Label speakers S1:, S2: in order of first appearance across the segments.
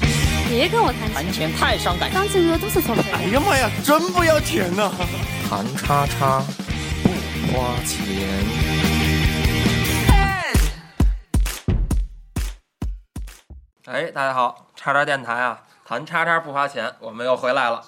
S1: 别跟我谈钱，
S2: 谈钱太伤感情。
S1: 刚进入的都是错配的。
S3: 哎呀妈呀，真不要钱呐、
S4: 韩叉叉不花钱。哎，大家好，叉叉电台啊，谈叉叉不花钱，我们又回来了。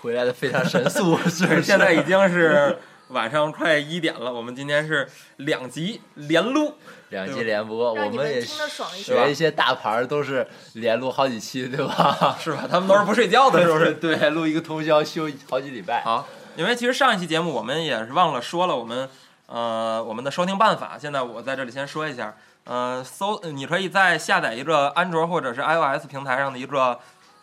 S5: 回来的非常 神速，是不是
S4: 现在已经是晚上快一点了，我们今天是两集连录，
S5: 两期连播，我
S6: 让你
S5: 们也
S6: 听着爽一些。
S5: 学一些大牌儿都是连录好几期，对吧？
S4: 是吧？他们都是不睡觉的，是不是？
S5: 对，录一个通宵休好几礼拜。
S4: 好，因为其实上一期节目我们也是忘了说了我们呃我们的收听办法，现在我在这里先说一下，呃，搜你可以在下载一个安卓或者是 iOS 平台上的一个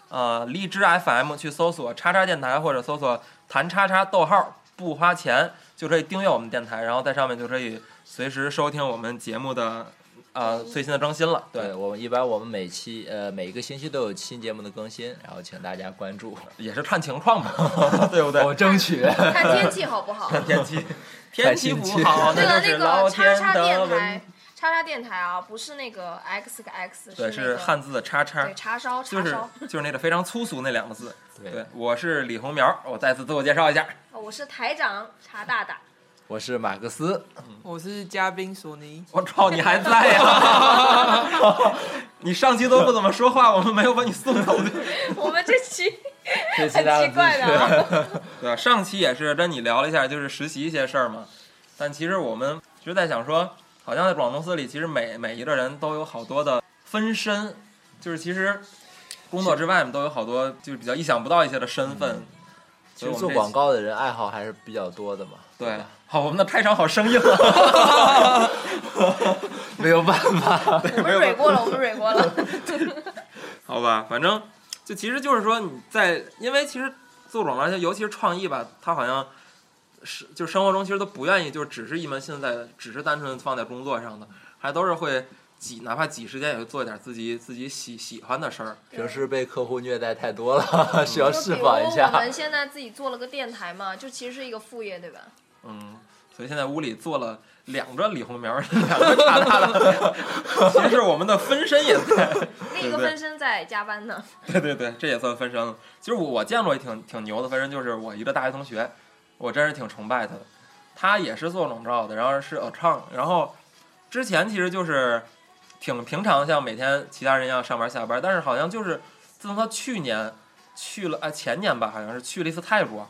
S4: 呃荔枝 FM 去搜索叉叉电台或者搜索谈叉叉逗号不花钱就可以订阅我们电台，然后在上面就可以随时收听我们节目的呃最新的更新了，对
S5: 对。我们一般我们每期呃每一个星期都有新节目的更新，然后请大家关注。
S4: 也是看情况吧， 对不对？
S5: 我争取。
S6: 看天气好不 好？
S4: 天气天气不好，
S6: 对了，那
S4: 那就是老
S6: 个叉
S4: 天
S6: 叉
S4: 的
S6: 电
S4: 问
S6: 台，叉叉电台啊，不是那个 X 个 X，
S4: 对，
S6: 是那
S4: 是
S6: 个
S4: 汉字的叉叉
S6: 对，叉烧
S4: 就
S6: 叉
S4: 是
S6: 烧。
S4: 就是那个非常粗俗那两个字。
S5: 对
S4: 对，我是李红苗，我再次自我介绍一下。
S6: 哦我是台长查大 大，
S5: 我是马克思，
S7: 我是嘉宾索尼，
S4: 我操，你还在 呀？ 你上期都不怎么说话，我们没有把你送走。
S6: 我们这期
S5: 这期
S6: 很
S5: 大
S6: 奇
S5: 家自
S6: 怪
S5: 己
S6: 的
S5: 去。
S6: 啊，
S4: 对，上期也是跟你聊了一下，就是实习一些事儿嘛。但其实我们一直在想说，好像在广告公司里，其实每每一个人都有好多的分身，就是其实工作之外，我们都有好多就是比较意想不到一些的身份。
S5: 嗯其
S4: 所以
S5: 实
S4: 我们
S5: 做
S4: 这
S5: 广
S4: 期
S5: 告的人爱好还是比较多的 嘛。
S4: 对
S5: 吧，
S4: 好，我们的开场好生硬啊！
S5: 没有办法。
S6: 我们蕊过了，我们蕊过 了。
S4: 好吧，反正就其实就是说你在，因为其实做广告，尤其是创意吧，它好像是就生活中其实都不愿意，就只是一门心思在，只是单纯放在工作上的，还都是会挤，哪怕挤时间也会做一点自己自己喜喜欢的事儿。
S5: 平时被客户虐待太多了，需要
S6: 就比
S5: 释
S6: 如
S5: 放一
S6: 我
S5: 下。
S6: 们现在自己做了个电台嘛，就其实是一个副业，对吧？
S4: 嗯，所以现在屋里做了两个李红苗， 两个大大的，其实我们的分身也在。
S6: 另一个分身在加班呢。
S4: 对对对，这也算分身了。其实我我见过也挺挺牛的分身，就是我一个大学同学，我真是挺崇拜他的。他也是做广告的，然后是 account，然后之前其实就是挺平常，像每天其他人一样上班下班。但是好像就是自从他去年去了啊、前年吧，好像是去了一次泰国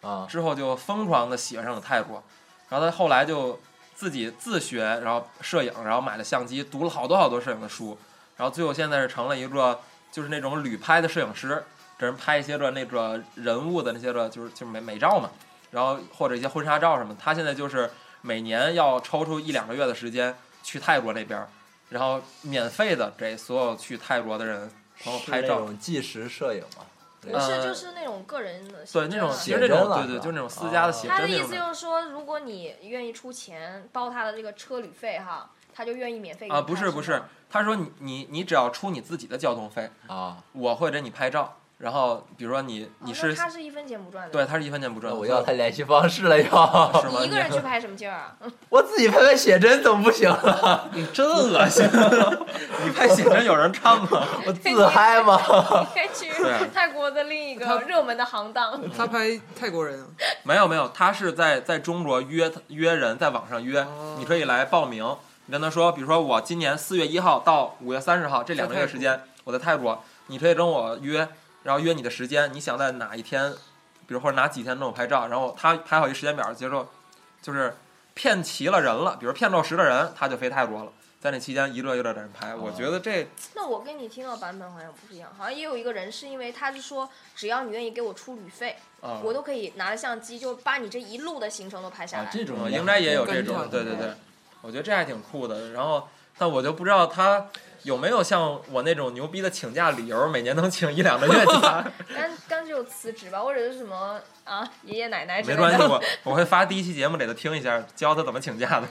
S5: 啊，
S4: 之后，就疯狂的喜欢上了泰国。然后他后来就自己自学，然后摄影，然后买了相机，读了好多好多摄影的书，然后最后现在是成了一个就是那种旅拍的摄影师，给人拍一些个那个人物的那些个就是就是美美照嘛，然后或者一些婚纱照什么的。他现在就是每年要抽出一两个月的时间去泰国那边儿，然后免费的给所有去泰国的人朋友
S5: 是
S4: 拍
S5: 那
S4: 照。
S5: 种纪实摄影嘛。对
S6: 不是，
S4: 呃
S6: 就是那种个人的
S4: 对，
S6: 形
S4: 那
S6: 象啊。
S4: 种其实
S5: 写
S4: 那种
S5: 真了
S4: 对
S5: 是
S4: 对，
S5: 吧
S4: 就是那种私家的写
S5: 哦
S6: 他的
S4: 真
S6: 意
S4: 那种
S6: 思
S4: 的。
S6: 就是说，如果你愿意出钱包他的这个车旅费哈，他就愿意免费给你
S4: 啊，不
S6: 拍
S4: 是不是
S6: 吗，
S4: 他说你你你只要出你自己的交通费，
S5: 啊，
S4: 我会给你拍照。然后比如说你你
S6: 哦
S4: 是
S6: 那他是一分钱不赚的。
S4: 对，他是一啊分钱不
S5: 那
S4: 赚，
S5: 我要他联系方式了要。
S4: 是吗？
S6: 你一个人去拍什么劲儿 啊？
S5: 我自己拍拍写真总不 行了，
S4: 你真恶心！你拍写真有人啊看吗？
S5: 我自嗨嘛。
S6: 应该去
S4: 对啊
S6: 泰国的另一
S7: 他
S6: 个热门的行当。
S7: 他拍泰国 人啊，
S4: 没有没有，他是在在中国约约人，在网上约，你可以来报名。你跟他说，比如说我今年四月一号到五月三十号这两个月时间，我在泰国，你可以跟我约，然后约你的时间，你想在哪一天，比如或者哪几天跟我拍照，然后他排好一时间表，结束就是骗齐了人了，比如骗到十个人，他就飞泰国了。在那期间一个一个的人拍，我觉得这
S6: 那我跟你听到版本好像不是一样，好像也有一个人是因为他是说，只要你愿意给我出旅费，
S4: 啊、
S6: 我都可以拿着相机就把你这一路的行程都拍下来。
S4: 嗯应该也有这
S7: 跟
S4: 种，
S7: 上
S4: 对对
S6: 对
S4: 对，我觉得这还挺酷的。然后，但我就不知道他有没有像我那种牛逼的请假理由，每年能请一两个月假，
S6: 干干脆就辞职吧，或者是什么啊爷爷奶奶之
S4: 没
S6: 类
S4: 关系，
S6: 的。
S4: 我我会发第一期节目给他听一下，教他怎么请假的。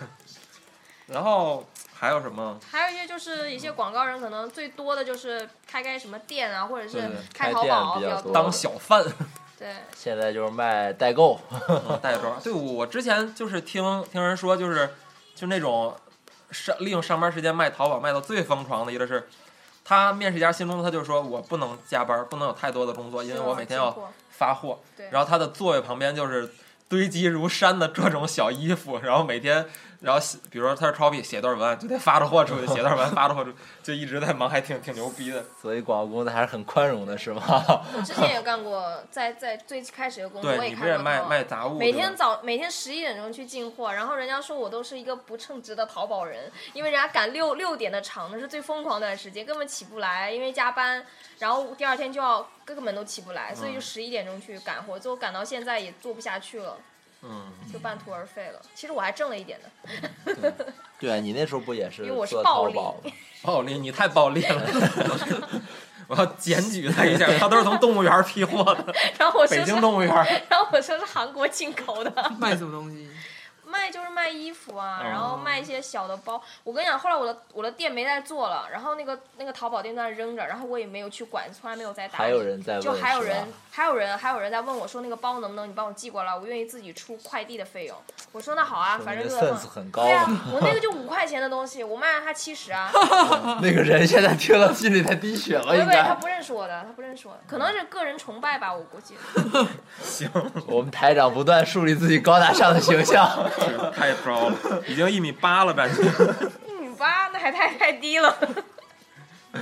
S4: 然后还有什么？
S6: 还有一些就是一些
S4: 嗯
S6: 广告人可能最多的就是开开什么店啊，或者
S4: 对
S6: 是
S4: 对
S5: 开
S6: 淘
S5: 店
S6: 宝
S5: 比较
S6: 较
S5: 多
S4: 当小贩
S6: 对，
S5: 现在就是卖代购，
S4: 带着装。对，我我之前就是听听人说，就是就那种上利用上班时间卖淘宝卖到最疯狂的一个是，他面试一家新公司，他就说我不能加班，不能有太多的工作，因
S6: 啊
S4: 为我每天要
S6: 进货
S4: 发货。
S6: 对
S4: 然后他的座位旁边就是堆积如山的各种小衣服， 然后每天，然后写比如说他是 copy 写段文案，啊就得发着货出去，写段文案发着货出去，就一直在忙，还挺挺牛逼的。
S5: 所以广告公司还是很宽容的，是吗？
S6: 我之前也干过，在在最开始的工作，嗯我也
S4: 对，你
S6: 看
S4: 不
S6: 过
S4: 是
S6: 淘
S4: 卖
S6: 宝
S4: 卖杂物，
S6: 每
S4: 对吧
S6: 天早每天十一点钟去进货，然后人家说我都是一个不称职的淘宝人，因为人家赶六六点的场，那是最疯狂的段时间，根本起不来，因为加班，然后第二天就要根本都起不来，
S4: 嗯
S6: 所以就十一点钟去赶货，最后赶到现在也做不下去了，
S4: 嗯，
S6: 就半途而废了。其实我还挣了一点的，
S5: 对啊，你那时候不也是
S6: 因为我是
S5: 做
S6: 暴
S5: 淘
S6: 力
S5: 宝吗？
S4: 暴力，你太暴力了。 我要检举他一下，他都是从动物园批货 的，
S6: 然后我
S4: 北
S6: 说是
S4: 京，动物园。
S6: 然后我说是韩国进口的。
S7: 卖什么东西？
S6: 卖就是卖衣服
S5: 哦
S6: 啊，然后卖一些小的包。我跟你讲，后来我的我的店没在做了，然后那个那个淘宝店在那扔着，然后我也没有去管，从来没有再打理。
S5: 还有人在问，
S6: 就还有人
S5: 是吧，
S6: 还有人，还有人在问我说那个包能不能你帮我寄过来？我愿意自己出快递的费用。我说那好啊，
S5: 说
S6: 反
S5: 明
S6: 正
S5: 这
S6: 就
S5: sense 很高
S6: 对啊
S5: 啊，
S6: 我那个就五块钱的东西，我卖了他七十啊。
S5: 那个人现在听了心里在滴血
S6: 我
S5: 了，
S6: 以
S5: 应
S6: 为他
S5: 该。
S6: 不认识我的，他不认识我，可能是个人崇拜吧，我估计。
S4: 行，
S5: 我们台长不断树立自己高大上的 形象，
S4: 太高了，已经一米八了，感觉。
S6: 一米八，嗯那还太太低了。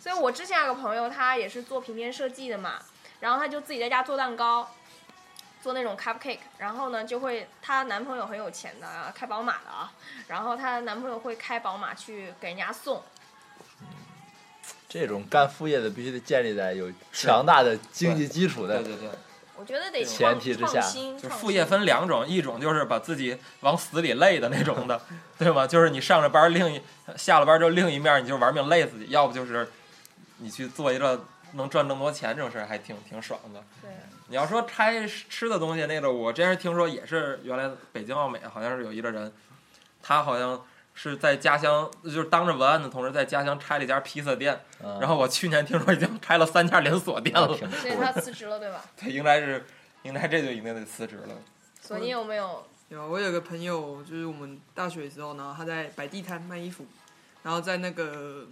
S6: 所以我之前有个朋友，他也是做平面设计的嘛，然后他就自己在家做蛋糕，做那种 cupcake，然后呢就会她男朋友很有钱的，啊，开宝马的啊，然后她男朋友会开宝马去给人家送，
S5: 这种干副业的必须得建立在有强大的经济基础
S4: 对
S5: 的
S4: 对对，
S6: 我觉得得
S5: 前
S6: 创
S5: 提之
S6: 创
S5: 下
S6: 新，
S4: 就是
S6: 创
S4: 副业
S6: 新
S4: 分两种，一种就是把自己往死里累的那种 的，对吧？就是你上着班儿另一下了班儿之后另一面儿你就玩命累自己，要不就是你去做一个能赚更多钱这种事儿，还挺挺爽的。
S6: 对，
S4: 你要说拆吃的东西那个，我之前是听说也是原来北京奥美好像是有一个人，他好像是在家乡，就是当着文案的同时在家乡拆了一家披萨店，
S5: 嗯。
S4: 然后我去年听说已经开了三家连锁店了，
S5: 挺
S6: 所以他辞职了对吧？
S4: 对，应该是应该这就应该得辞职了。
S6: 索尼有没有？
S7: 有啊，我有个朋友，就是我们大学的时候，然后他在摆地摊卖衣服，然后在那个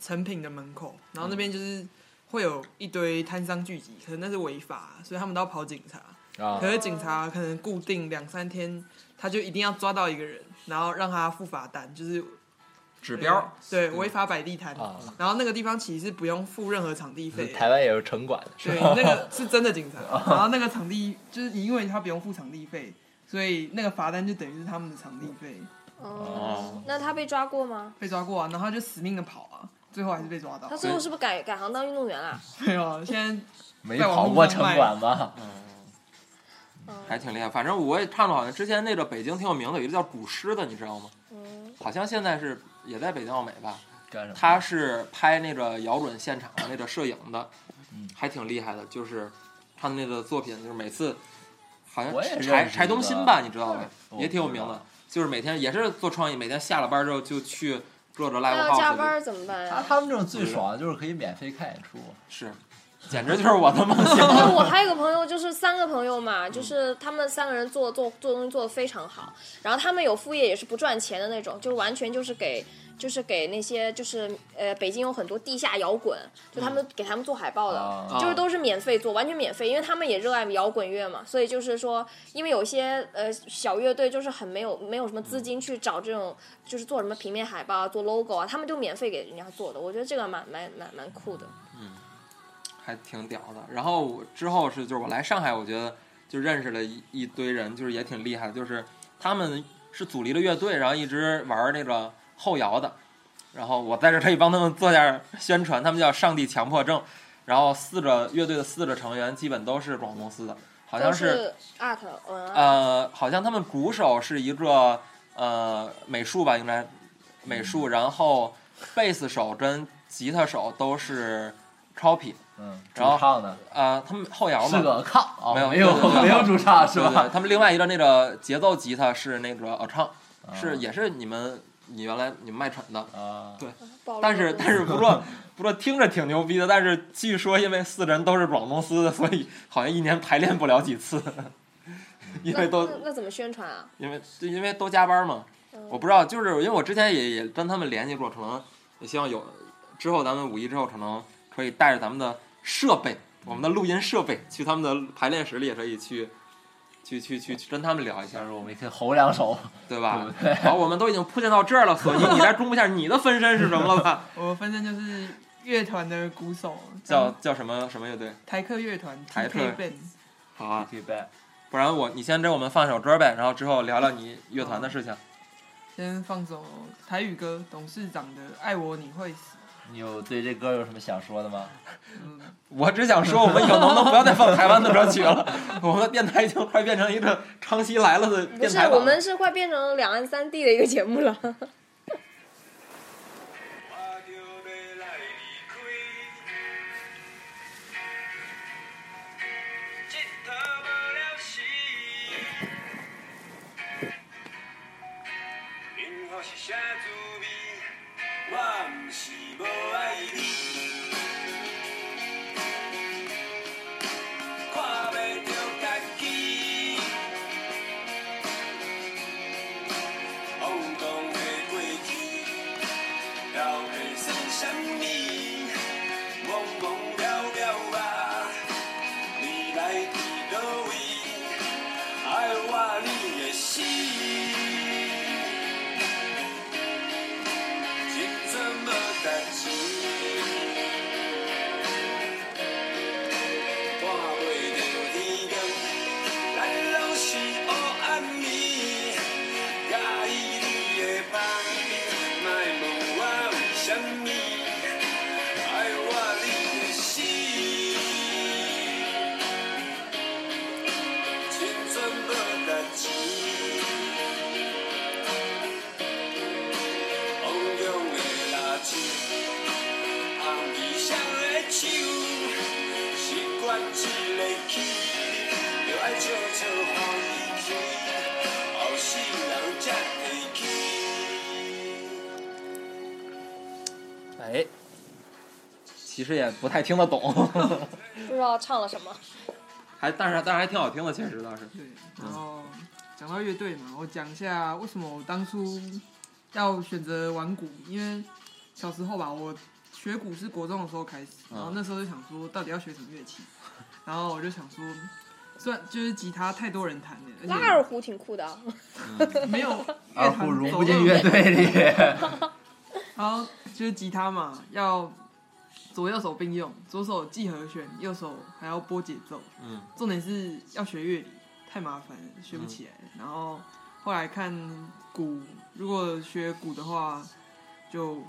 S7: 成品的门口，然后那边就是会有一堆摊商聚集，可能那是违法，所以他们都要跑警察。
S5: 啊
S7: 可是警察可能固定两三天，他就一定要抓到一个人，然后让他付罚单，就是
S4: 指标，
S7: 对违法摆地摊。
S5: 啊！
S7: 然后那个地方其实是不用付任何场地费，
S5: 台湾也有城管的，是
S7: 对，那个是真的警察。然后那个场地就是因为他不用付场地费，所以那个罚单就等于是他们的场地费。
S6: 哦，那他被抓过吗？
S7: 被抓过啊，然后他就死命的跑啊，最后还是被抓到
S6: 他。最后是不是改改行当运动员了？
S7: 没有，现
S5: 没跑过城管吗？
S4: 还挺厉害。反正我也看了，好像之前那个北京挺有名的，有一个叫古诗的，你知道吗？
S6: 嗯，
S4: 好像现在是也在北京奥美吧？
S5: 干什么？
S4: 他是拍那个摇滚现场的那个摄影的，
S5: 嗯
S4: 还挺厉害的。就是他那个作品，就是每次好像
S5: 我也认识
S4: 柴
S5: 一个
S4: 柴东新吧，你知道吧？
S5: 我不知道
S4: 哦也挺有名
S5: 哦
S4: 的。就是每天也是做创意，每天下了班之后就去各个 live
S6: 那要加
S4: house
S6: 班
S4: 里，
S6: 儿怎么办啊
S5: 他
S6: 呀？
S5: 他们这种最爽的就是可以免费看演出，
S4: 是，简直就是我的梦想。
S6: 因为 我还有一个朋友，就是三个朋友嘛，就是他们三个人做做做东西做的非常好，然后他们有副业也是不赚钱的那种，就完全就是给就是给那些就是呃北京有很多地下摇滚，就他们
S4: 嗯
S6: 给他们做海报的，
S5: 啊
S6: 就是都是免费做，完全免费，因为他们也热爱摇滚乐嘛，所以就是说，因为有一些呃小乐队就是很没有没有什么资金去找这种就是做什么平面海报啊、做 logo 啊，他们就免费给人家做的，我觉得这个蛮蛮蛮蛮酷的。
S4: 还挺屌的。然后我之后是就是我来上海，我觉得就认识了一一堆人，就是也挺厉害的，就是他们是组了一个乐队，然后一直玩那个后摇的。然后我在这可以帮他们做点宣传，他们叫“上帝强迫症”。然后四个乐队的四个成员基本都是广告公司的，好像
S6: 都
S4: 是
S6: 是啊 art 嗯文案。
S4: 呃，好像他们鼓手是一个呃美术吧，应该美术，然后贝斯手跟吉他手都是 copy，
S5: 嗯，主
S4: 然后
S5: 唱呢
S4: 呃，他们后摇嘛，
S5: 是个抗啊，
S4: 没有
S5: 没有
S4: 对对对
S5: 没有主唱是
S4: 对对
S5: 吧？哦
S4: 他们另外一个那个节奏吉他是那个 a 唱，是也是你们你原来你们卖蠢的，
S5: 嗯啊，
S4: 对
S6: 暴露
S4: 但是
S6: 了
S4: 但是 不过不过听着挺牛逼的，但是据说因为四人都是广东司的，所以好像一年排练不了几次， 因为都
S6: 那那那怎么宣传啊？
S4: 因为就因为
S6: 嗯
S4: 都加班嘛，我不知道，就是因为我之前也也跟他们联系过，可能也希望有之后咱们五一之后可能可以带着咱们的设备，我们的录音设备去他们的排练室里，也可以去去去去去跟他们聊一下
S5: 但，是我们也可以吼两首，
S4: 对吧
S5: 对不？对
S4: 好，我们都已经铺垫到这儿了，索尼，你来公布一下你的分身是什么了 吧？
S7: 我分身就是乐团的鼓手，嗯
S4: 叫叫什么什么乐队？
S7: 台客乐团
S4: 台客
S7: TK Band。
S4: 好啊，
S5: 可以呗。
S4: 不然我你先给我们放首歌呗，然后之后聊聊你乐团的事情。
S7: 先放首台语歌，董事长的《爱我你会死
S5: 你有对这歌有什么想说的吗？》。
S7: 嗯，
S4: 我只想说，我们以后能不能不要再放台湾的歌曲了？ 我们的电台已经快变成一个《康熙来了》的
S6: 不
S4: 电
S6: 是
S4: 台，版了。
S6: 我们是快变成两岸三地的一个节目了。
S1: 我就要来离开，这头无聊时，幸福是啥滋味？我不是无爱你，看袂着家己，放荡的过去。要会算什么？茫茫渺渺啊，你来伫叨位？爱我你会死。一阵无代志，看袂着天光，咱拢是黑暗暝。介意你的梦，莫问我为什么，爱我你会死，青春无价值，往中的垃圾，含悲伤的手，习惯一个气，就爱笑笑放伊去。后世人才会记。
S4: 哎，其实也不太听得懂，
S6: 不知道唱了什么，
S4: 还但是但是还挺好听的，确实倒是。
S7: 对。然后讲到乐队嘛，我讲一下为什么我当初要选择玩鼓，因为小时候吧，我学鼓是国中的时候开始，然后那时候就想说到底要学什么乐器，然后我就想说。虽然就是吉他太多人弹了，而且
S6: 拉二胡挺酷的啊。
S7: 没有
S5: 二
S7: 乐
S5: 胡
S7: 团
S5: 融
S7: 走
S5: 不进
S7: 路
S5: 乐队里，
S7: 然后就是吉他嘛，要左右手并用，左手记和弦，右手还要拨节奏。
S4: 嗯，
S7: 重点是要学乐理，太麻烦了，学不起来。然后后来看鼓，如果学鼓的话，就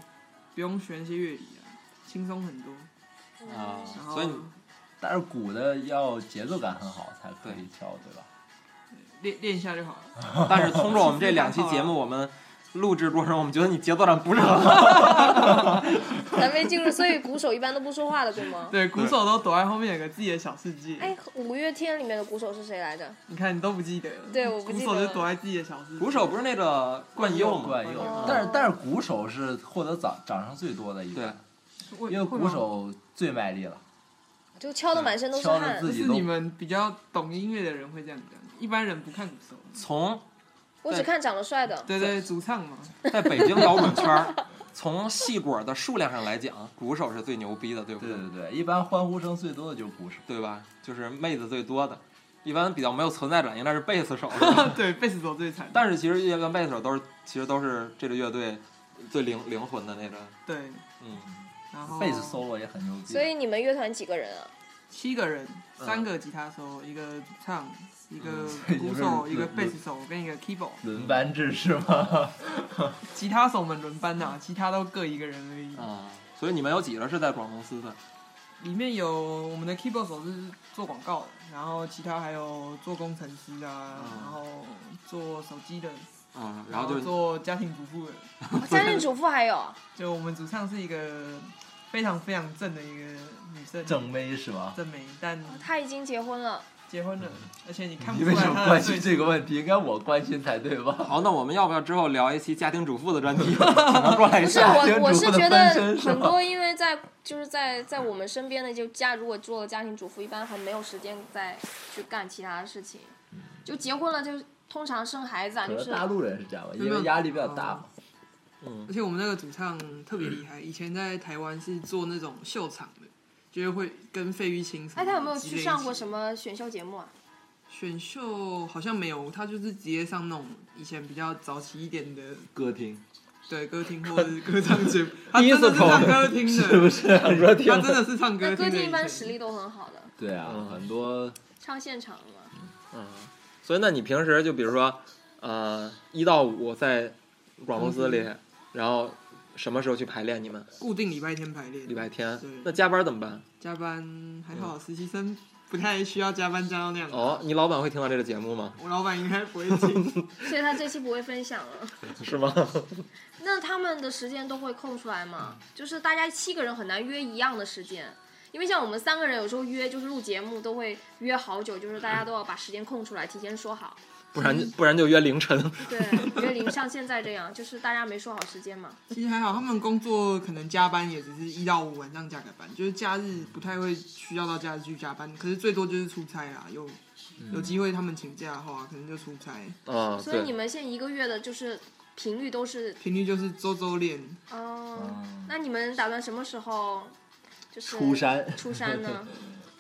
S7: 不用学那些乐理啊，轻松很多。
S5: 啊
S7: 嗯然后
S4: 所以你
S5: 但是鼓的要节奏感很好才可以跳，对吧？
S7: 练练一下就好了。
S4: 但是通过我们这两期节目，我们录制过程，我们觉得你节奏感不是很 好。
S6: 咱们进入，所以鼓手一般都不说话的，对吗？
S7: 对，鼓手都躲在后面有个自己的小世界。
S6: 哎，五月天里面的鼓手是谁来着？
S7: 你看你都不记得了。
S6: 对我不记得
S7: 鼓手
S6: 了
S7: 就躲在自己的小世界。
S4: 鼓手不是那个冠佑吗？
S5: 惯用
S6: 哦，
S5: 但是但是鼓手是获得掌掌声最多的一
S4: 对
S5: 个，，
S7: 会，
S5: 因为
S7: 会
S5: 鼓
S7: 吗
S5: 手最卖力了，
S6: 就敲得满身都是
S5: 敲
S6: 汗
S5: 的。自己
S7: 是
S5: 都
S7: 你们比较懂音乐的人会这样讲，一般人不看鼓手。
S4: 从
S6: 我只看长得帅的，
S7: 对对，主唱嘛，
S4: 在北京摇滚圈儿，从戏果的数量上来讲，鼓手是最牛逼的，对不
S5: 对对对，一般欢呼声最多的就是鼓手。
S4: 对吧？就是妹子最多的，一般比较没有存在感应该是贝斯 手。
S7: 对，贝斯手最惨。
S4: 但是其实乐跟贝斯手都是，其实都是这个乐队最灵灵魂的那个，
S7: 对，
S4: 嗯，
S7: 然后
S5: 贝斯 solo 也很牛逼。
S6: 所以你们乐团几个人啊？
S7: 七个人，
S4: 嗯
S7: 三个吉他手，一个主唱，一个
S5: 以你
S7: 鼓
S5: 们
S7: 手，
S5: 是
S7: 一个
S5: 轮
S7: 贝斯手跟一个 keyboard。
S5: 轮班制是吗？
S7: 吉他手们轮班呐，其他都各一个人而已。
S4: 啊，所以你们有几个是在广公司的？
S7: 里面有我们的 keyboard 手是做广告的，然后其他还有做工程师啊，
S4: 嗯
S7: 然后做手机的，
S4: 啊，然
S7: 然
S4: 后就是
S7: 做家庭主妇的。
S6: 家庭哦主妇还有啊，
S7: 就我们主唱是一个非常非常正的一个女生，
S5: 正妹是吗？
S7: 正美，但
S6: 他已经结婚了。
S7: 结婚了，而且你看不
S5: 你
S7: 出
S5: 为
S7: 来
S5: 什么
S7: 她的
S5: 关
S7: 岁
S5: 心
S7: 数。
S5: 这个问题？应该我关心才对吧？
S4: 好，那我们要不要之后聊一期家庭主妇的专题？请他过来一
S6: 不是
S4: 下。
S6: 我，我是觉得
S5: 家庭主妇的分身是吧
S6: 很多，因为在就是在在我们身边的就家，如果做了家庭主妇，一般很没有时间再去干其他的事情，就结婚了就通常生孩子啊，
S5: 嗯可
S6: 就
S5: 能
S6: 是
S5: 大陆人是这样吧，
S7: 就是
S5: 因为压力比较大嘛。
S4: 嗯
S7: 而且我们那个主唱特别厉害，以前在台湾是做那种秀场的，就是会跟费玉清什么
S6: 哎，
S7: 的
S6: 他有没有
S7: 集在
S6: 去
S7: 一起
S6: 上过什么选秀节目啊？
S7: 选秀？好像没有，他就是直接上那种以前比较早期一点的
S5: 歌厅
S7: 对歌厅或者是歌唱节目，他真的是唱歌厅的，
S5: 是不是很热听
S7: 他？真的是唱歌
S6: 那
S7: 厅
S6: 歌
S7: 的。
S6: 厅一般实力都很好的，
S5: 对啊
S4: 嗯，
S5: 很多
S6: 唱现场的嘛。
S4: 嗯，所以那你平时就比如说，呃，一到五在广公司里，然后什么时候去排练？你们
S7: 固定礼拜天排练，
S4: 礼拜天
S7: 对？
S4: 那加班怎么办？
S7: 加班还好，实习生不太需要加班加到那样。
S4: 嗯哦，你老板会听到这个节目吗？
S7: 我老板应该不会听，
S6: 所以他这期不会分享了。
S4: 是吗？
S6: 那他们的时间都会空出来吗？
S5: 嗯
S6: 就是大家七个人很难约一样的时间，因为像我们三个人有时候约就是录节目都会约好久，就是大家都要把时间空出来，提前说好。
S4: 不然就不然就约凌晨。
S6: 对， 约零像现在这样，就是大家没说好时间嘛。
S7: 其实还好，他们工作可能加班也只是一到五晚上加个班，就是假日不太会需要到假日去加班，可是最多就是出差啦。有
S4: 嗯
S7: 有机会他们请假的话，可能就出差，哦
S4: 啊、
S6: 所以你
S4: 对，
S6: 们现在一个月的就是频率都是，
S7: 频率就是周周练。
S6: 哦、
S5: 嗯
S6: 那你们打算什么时候就是
S5: 出山
S6: 出山 呢？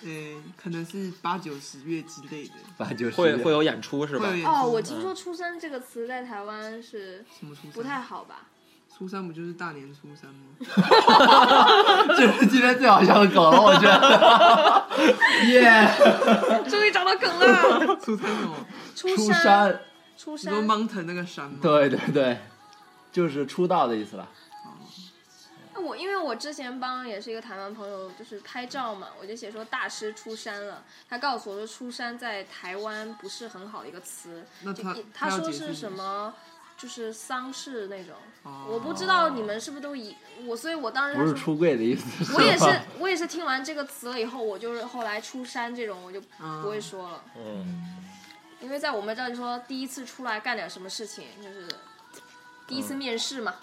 S7: 呃，可能是八九十月之类的，
S5: 八九十
S4: 会会有演出是
S7: 会
S4: 吧
S7: 有？演出
S6: 哦，我听说“出山”这个词在台湾是
S7: 什么初三？
S6: 不太好吧？
S7: 初三不就是大年初三 吗？
S5: 这是今天最好笑的梗了，我觉得。 耶，
S6: 终于找到梗了，
S7: 初三什么？
S6: 出
S5: 出
S6: 山，
S5: 山，
S6: 出
S7: 你说
S6: 山。
S7: mountain 那个山吗？
S5: 对对对，就是出道的意思了。
S6: 那我因为我之前帮也是一个台湾朋友，就是拍照嘛，我就写说大师出山了。他告诉我说，出山在台湾不是很好的一个词，
S7: 那
S6: 就
S7: 他
S6: 一他
S7: 他要
S6: 说
S7: 解释
S6: 是什么，
S7: 吗
S6: 就是丧事那种。
S7: 哦
S6: 我不知道你们是不是都以我，所以我当时
S5: 不是
S6: 他说
S5: 出柜的意思，
S6: 我也是
S5: 吧，
S6: 我也是听完这个词了以后，我就是后来出山这种我就
S7: 嗯
S6: 不会说了，
S4: 嗯，
S6: 因为在我们这里说第一次出来干点什么事情，就是第一次面试嘛。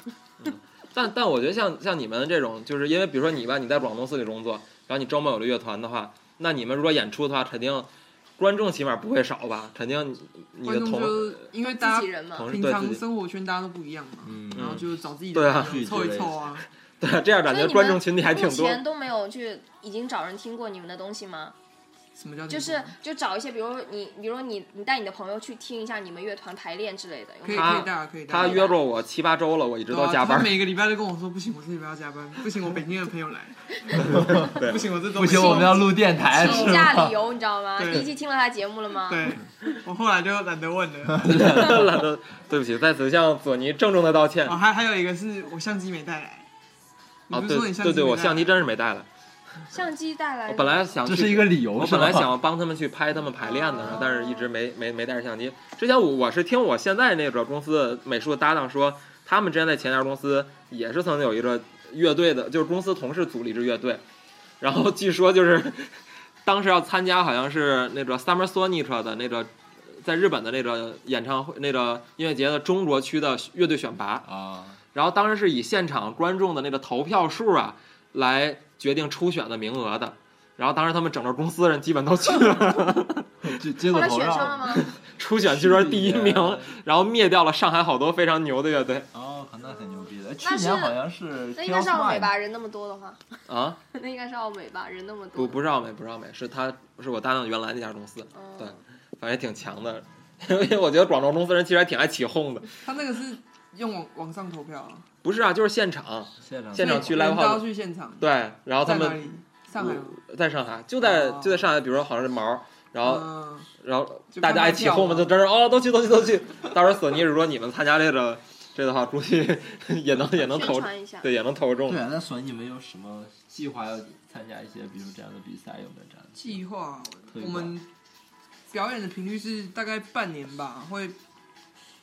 S4: 但但我觉得像像你们这种，就是因为比如说你吧，你在广东司里工作，然后你周末有了乐团的话，那你们如果演出的话，肯定观众起码不会少吧？肯定你你的
S7: 观众
S4: 同
S7: 就因为
S6: 自
S7: 大
S6: 己
S7: 家
S6: 人嘛，
S4: 同事
S7: 平
S4: 哦对
S7: 常
S4: 自己
S7: 生活圈大家都不一样嘛，
S5: 嗯
S7: 然后就找自己
S4: 对
S7: 的
S4: 啊
S7: 朋友凑一凑啊。
S4: 对这样感
S6: 所以
S4: 觉
S6: 你
S4: 观众
S6: 们
S4: 群体还挺
S6: 目
S4: 多。
S6: 前都没有去已经找人听过你们的东西吗？
S7: 什么叫
S6: 就是就找一些，比如你，比如说你，你带你的朋友去听一下你们乐团排练之类的。有
S7: 可
S6: 没
S7: 以
S6: 有
S4: 他
S7: 可以带啊，可以带啊。
S4: 他约过我七八周了，我一直
S7: 对
S4: 都
S7: 啊
S4: 加班
S7: 他。每个礼拜都跟我说不行，我这礼拜要加班，不行，我北京的朋友来， 不行，我这周
S5: 不行，我们要录电台，是
S6: 请假
S5: 吧
S6: 理？由你知道吗？
S7: 对
S6: 第一期听了他节目了吗？
S7: 对，我后来就懒得问了。
S4: 懒得，对不起，在此向索尼郑重的道歉。
S7: 哦，
S4: 啊，
S7: 还还有一个是我相机没带来，你不是
S4: 对
S7: 说你
S4: 对对，我
S7: 相
S4: 相
S7: 机
S4: 机
S7: 没带来
S4: 真是没带来。
S6: 相机带来
S4: 我
S6: 的。
S4: 本来想
S5: 这
S4: 去
S5: 是一个理由，
S4: 我
S5: 是
S4: 本 来
S5: 吧
S4: 想帮他们去拍他们排练的，然后但是一直没没没带着相机。之前我我是听我现在那个公司的美术搭档说，他们之前在前家公司也是曾经有一个乐队的，就是公司同事组了一支乐队，然后据说就是 当时要参加好像是那个 Summer Sonic 的那个在日本的那个演唱会那个音乐节的中国区的乐队选拔，
S5: 啊，
S4: 然后当时是以现场观众的那个投票数啊来决定初选的名额的。然后当时他们整个公司人基本都去了，
S5: 就结
S6: 后
S5: 果
S6: 来
S5: 头
S6: 选上了
S5: 上
S6: 吗？
S4: 初选据说第一名，然后灭掉了上海好多非常牛的乐队
S5: 哦，那很牛逼的。去
S6: 那是
S5: 年好像是
S6: 那应该是奥美
S5: TLC
S6: 吧，人那么多的话，
S4: 啊！
S6: 那应该是奥美吧，人那么多。
S4: 不不是奥美，不是奥美，是他是我搭档原来那家公司，
S6: 哦
S4: 对，反正也挺强的。因为我觉得广州公司人其实还挺爱起哄的，
S7: 他那个是用网网上投票啊，不
S4: 不是啊，就是现场，
S5: 现场
S4: 现场去
S7: 人
S4: live
S7: 都要
S4: house
S7: 去现场。
S4: 对，然后他
S7: 在哪
S4: 们
S7: 里？上海吗。
S4: 在上海，就在
S7: 哦
S4: 就在上海，比如说好像是毛，然后
S7: 嗯，
S4: 然后
S7: 就
S4: 大
S7: 看
S4: 家
S7: 他
S4: 一起
S7: 跳
S4: 哄嘛，
S7: 嘛
S4: 就真是哦，都去都去都去。到时候索尼如果你们参加这个这个的话，估计 也能也能投
S6: 宣，传一下。
S4: 对，也能投中
S5: 对。啊，那所以你们有什么计划要参加一些，比如这样的比赛，有没有这样的
S7: 计划
S5: 推
S7: 我
S5: 广
S7: 们表演的频率是大概半年吧，会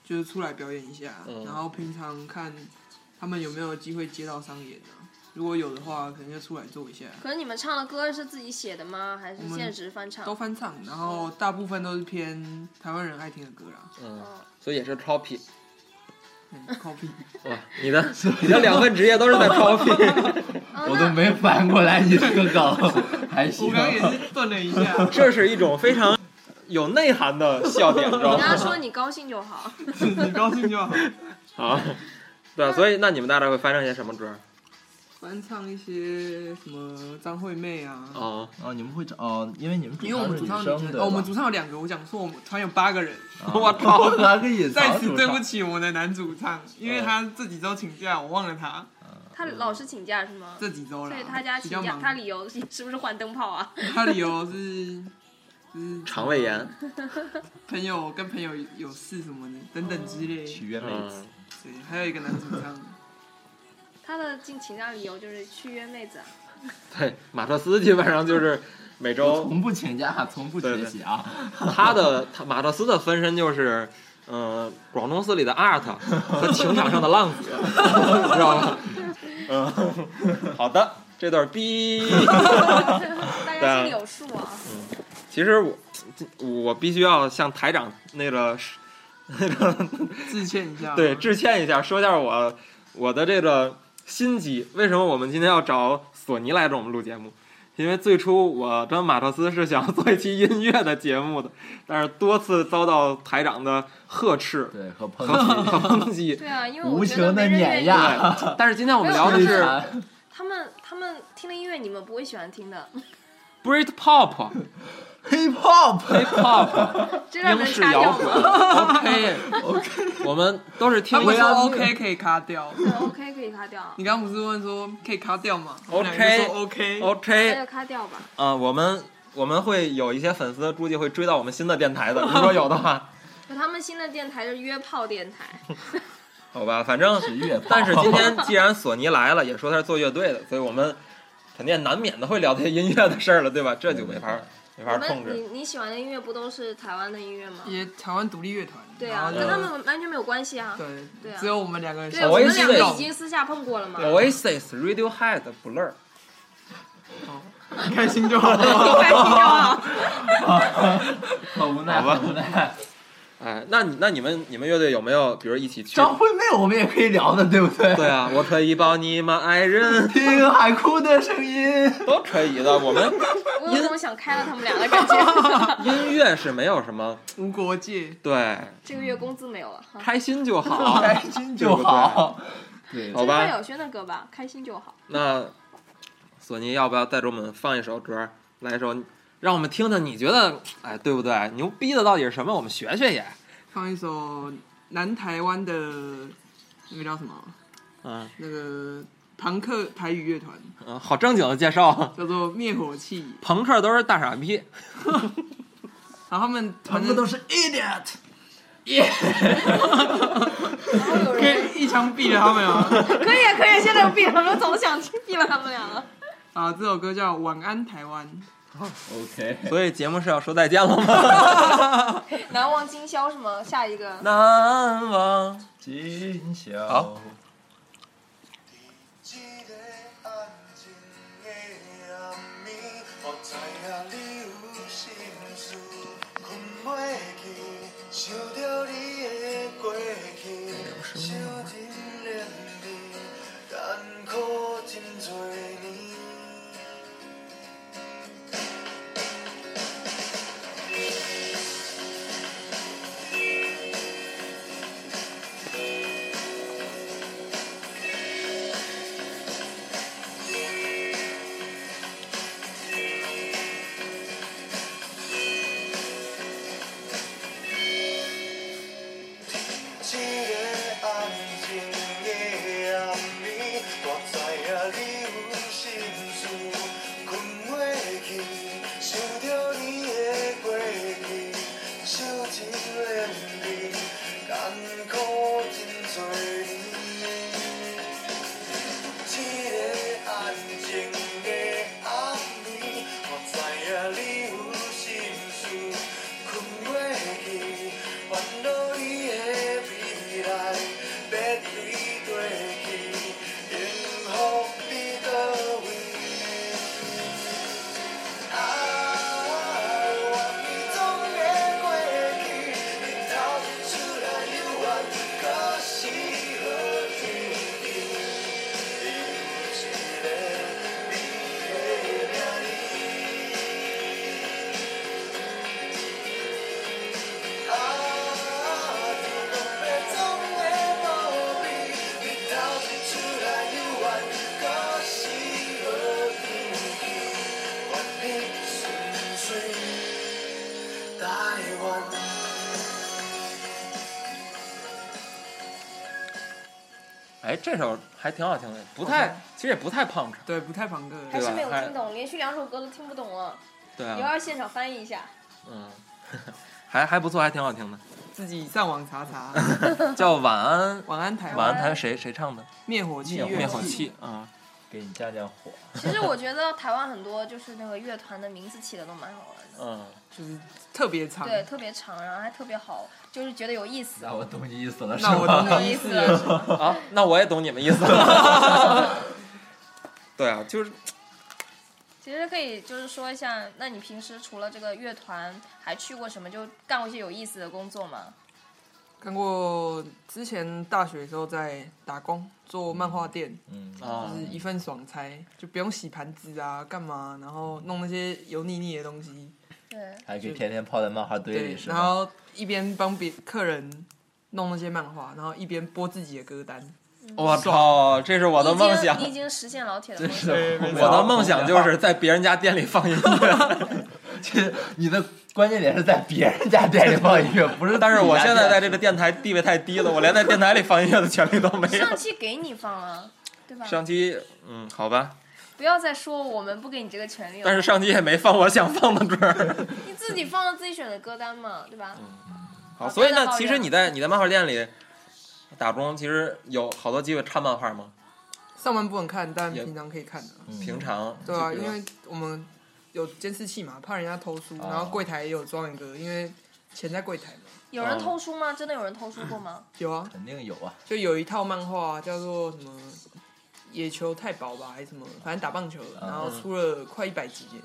S7: 就是出来表演一下，
S4: 嗯
S7: 然后平常看他们有没有机会接到商演啊，如果有的话，可能就出来做一下。
S6: 可是你们唱的歌是自己写的吗？还是
S7: 我们
S6: 现实翻唱？
S7: 都翻唱，然后大部分都是偏台湾人爱听的歌啦，
S4: 嗯，
S6: 哦
S4: 所以也是 copy
S7: 嗯 copy
S4: 哇，你的你的两份职业都是在 copy，
S6: 哦
S5: 我
S6: 那
S5: 都没反过来你这个 梗，还
S7: 我。
S5: 行啊
S7: 刚刚也是顿了一下，
S4: 这是一种非常有内涵的笑点，你知道
S6: 你跟他说
S4: 吗？
S6: 你高兴就好。
S7: 你高兴就好。
S4: 啊，对，所以那你们大概会翻唱一些什么歌？
S7: 翻唱一些什么张惠妹啊。
S4: 哦，
S5: 哦，你们会找哦，因为你们主
S7: 因为我
S5: 唱
S7: 们主
S5: 是女
S7: 唱
S5: 生
S7: 女生
S5: 对
S7: 哦，我们
S5: 吧
S7: 主唱有两个，我讲错，我们团有八个人，
S5: 啊
S4: 我操
S5: 我还可 以
S7: 在
S5: 藏
S7: 此
S5: 主
S7: 对不
S5: 唱
S7: 起我们的男主唱，因为他这几周请假，我忘了他
S6: 他老是请假是吗？
S7: 这几周了，
S6: 所以他家
S7: 比
S6: 请
S7: 较
S6: 假，
S7: 忙。
S6: 他理由 是不是换灯泡啊？
S7: 他理由是就是
S4: 肠胃炎，
S7: 朋友跟朋友有事什么的等等之类，
S5: 取悦妹子
S4: 嗯，，
S7: 对，还有一个男主唱，
S6: 他的进请假理由就是去约妹子啊。
S4: 对，马特斯基本上就是每周
S5: 从不请假，从不
S4: 对
S5: 学
S4: 对
S5: 习啊，
S4: 他的他马特斯的分身就是，嗯、广东寺里的 art 和情场上的浪子， 知道吗？嗯，好的，这段逼。
S6: 大家心里有数啊。
S4: 其实我我必须要向台长那个是那个
S7: 致歉一下，
S4: 对致歉一下，说一下我我的这个心机。为什么我们今天要找索尼来着我们录节目？因为最初我跟马特斯是想做一期音乐的节目的，但是多次遭到台长的呵斥
S5: 对
S4: 和
S5: 和朋友
S4: 和抨击。
S6: 对啊，因为我
S5: 无
S6: 觉得
S5: 情的
S6: 没人愿
S5: 碾
S6: 意。
S5: 压，
S4: 但是今天我们 聊的
S6: 没有
S4: 是
S6: 他他们他们听的音乐你们不会喜欢听的，
S4: Brit Pop、
S5: hip hop，
S4: Hip Hop、
S6: 这让
S4: 英
S6: 人
S4: 式
S6: 掐
S4: 摇
S6: 掉
S4: 滚。
S6: 吗
S4: OK OK，我啊们都是听
S7: 他
S4: 音
S7: 们
S4: 乐
S7: 说 OK 可以卡掉，
S6: 对？OK，可以嗯卡掉，
S7: 你刚刚不是问说可以卡掉吗
S4: OK 哦
S7: 我们两个说 OK，
S4: OK
S6: 那就卡掉吧。
S4: 啊、我们我们会有一些粉丝估计会追到我们新的电台的，如果有的 话，
S6: 那他们新的电台就是约炮电台，
S4: 好吧，反正
S5: 是乐谱，
S4: 但是今天既然索尼来了，也说他是做乐队的，所以我们肯定难免的会聊这些音乐的事儿了，对吧？这就没法没
S6: 我
S4: 法控
S6: 们
S4: 制。
S6: 你你喜欢的音乐不都是台湾的音乐吗？
S7: 也台湾独立乐团，
S6: 对
S7: 嗯然
S6: 啊，
S7: 后就
S6: 跟他们完全没有关系啊。
S7: 对
S6: 对啊
S7: 只有我们两个人
S6: 对，
S7: 想
S6: 我
S4: 我也
S6: 们
S4: 是
S6: 两个
S4: 这
S6: 已经私下碰过了嘛。
S4: Oasis、Radiohead、Blur，
S7: 开心就好了。
S6: 开 心就好。
S5: 很无奈，
S4: 好吧
S5: 很无奈。
S4: 哎，那你那你们你们乐队有没有比如一起去？
S5: 张惠妹我们也可以聊的，对不 对？
S4: 对啊，我可以抱你吗，爱人？
S5: 听海哭的声音，
S4: 都可以的。我们
S6: 我有种想开了他们俩的感 觉。
S4: 音乐是没有什么
S7: 无国界，
S4: 对，
S6: 这个月工资没有了，哈
S4: 开心就 好。
S5: 开心就好。对
S6: 这
S4: 好
S6: 是
S4: 吧
S6: 范晓萱的歌吧，开心就好。
S4: 那索尼要不要再给我们放一首歌，来一首，让我们听听？你觉得，哎，对不对？牛逼的到底是什么？我们学学也。
S7: 放一首南台湾的那个叫什么？
S4: 嗯
S7: 那个朋克台语乐团
S4: 嗯，好正经的介绍，
S7: 叫做灭火器，
S4: 朋克都是大傻逼。
S7: 然后他们
S5: 他
S7: 团
S5: 们都
S7: 的
S5: 是 idiot，
S6: 然后有
S7: 可
S6: 人
S7: 以一枪毙了他们 啊！
S6: 可以啊可以啊，现在有病了，我总想听 毙了他们俩了。
S7: 啊，这首歌叫《晚安台湾》，
S5: OK，
S4: 所以节目是要说再见了 吗？
S6: 难忘今宵是吗？下一个
S4: 难忘。
S5: 今宵。
S4: 好
S1: 一个安静的暗暝，予知影你有心事，困袂去，想着你的过去，想真怜你，艰苦真多年。
S4: 哎，这首还挺好听的，不太，其实也不太 punk，
S7: 对，不太朋克
S6: 还
S7: 的。
S6: 是没有
S4: 对吧
S6: 听懂，连续两首歌都听不懂了。
S4: 对
S6: 你
S4: 啊，
S6: 要现场翻译一 下，
S4: 嗯，还还不错，还挺好听的，
S7: 自己上网查查。
S4: 叫《晚安
S7: 晚安台
S4: 晚安
S7: 湾，
S4: 台》，谁谁唱的？
S7: 灭火器，
S4: 灭火。器啊，
S5: 给你降降火。
S6: 其实我觉得台湾很多就是那个乐团的名字起的都蛮好玩的，
S4: 嗯，
S7: 就是特别长。
S6: 对，特别长，然后还特别好，就是觉得有意 思。
S5: 那我懂你意思了，是
S7: 那我懂
S5: 吧？
S7: 你意思了。是吧
S4: 啊，那我也懂你们意思了。 对啊，就是
S6: 其实可以就是说一下，那你平时除了这个乐团，还去过什么？就干过一些有意思的工作吗？
S7: 看过之前大学的时候在打工做漫画店，
S5: 嗯，
S4: 啊
S7: 就，是一份爽差，就不用洗盘子啊，干嘛，然后弄那些油腻腻的东西，
S6: 对，
S5: 还可以天天泡在漫画堆里，是
S7: 然
S5: 吧？
S7: 后一边帮别客人弄那些漫画，然后一边播自己的歌单。
S4: 我操，这是我
S6: 我
S4: 的梦想
S6: 你已。经实现老铁的梦想。
S5: 是
S7: 对没
S4: 我的梦想就是在别人家店里放音乐，
S5: 这你的关键点是在别人家店里放音乐，不 是？
S4: 但是我现在在
S5: 这，
S4: 这个电台地位太低了，我连在电台里放音乐的权利都没有
S6: 上。期给你放了，对吧？
S4: 上期，嗯，好吧，
S6: 不要再说我们不给你这个权利了。
S4: 但是上期也没放我想放的 歌儿。
S6: 你自己放了自己选的歌单嘛，对吧？
S4: 好，
S6: 好
S4: 所以
S6: 不要
S4: 呢
S6: 再，抱
S4: 其
S6: 怨
S4: 实
S6: 了
S4: 你在你在漫画店里打工，其实有好多机会看漫画吗？
S7: 上班不能看，但
S4: 也
S7: 平常可以看的。
S4: 平常
S7: 对啊，
S4: 就比如
S7: 因为我们有监视器嘛，怕人家偷书，
S5: 哦
S7: 然后柜台也有装一个，因为钱在柜台嘛。
S6: 有人偷书吗？真的有人偷书过吗？
S7: 有啊，
S5: 肯定有啊。
S7: 就有一套漫画叫做什么《野球太薄》吧，还是什么，反正打棒球的，
S5: 哦
S7: 然后出了快一百集耶，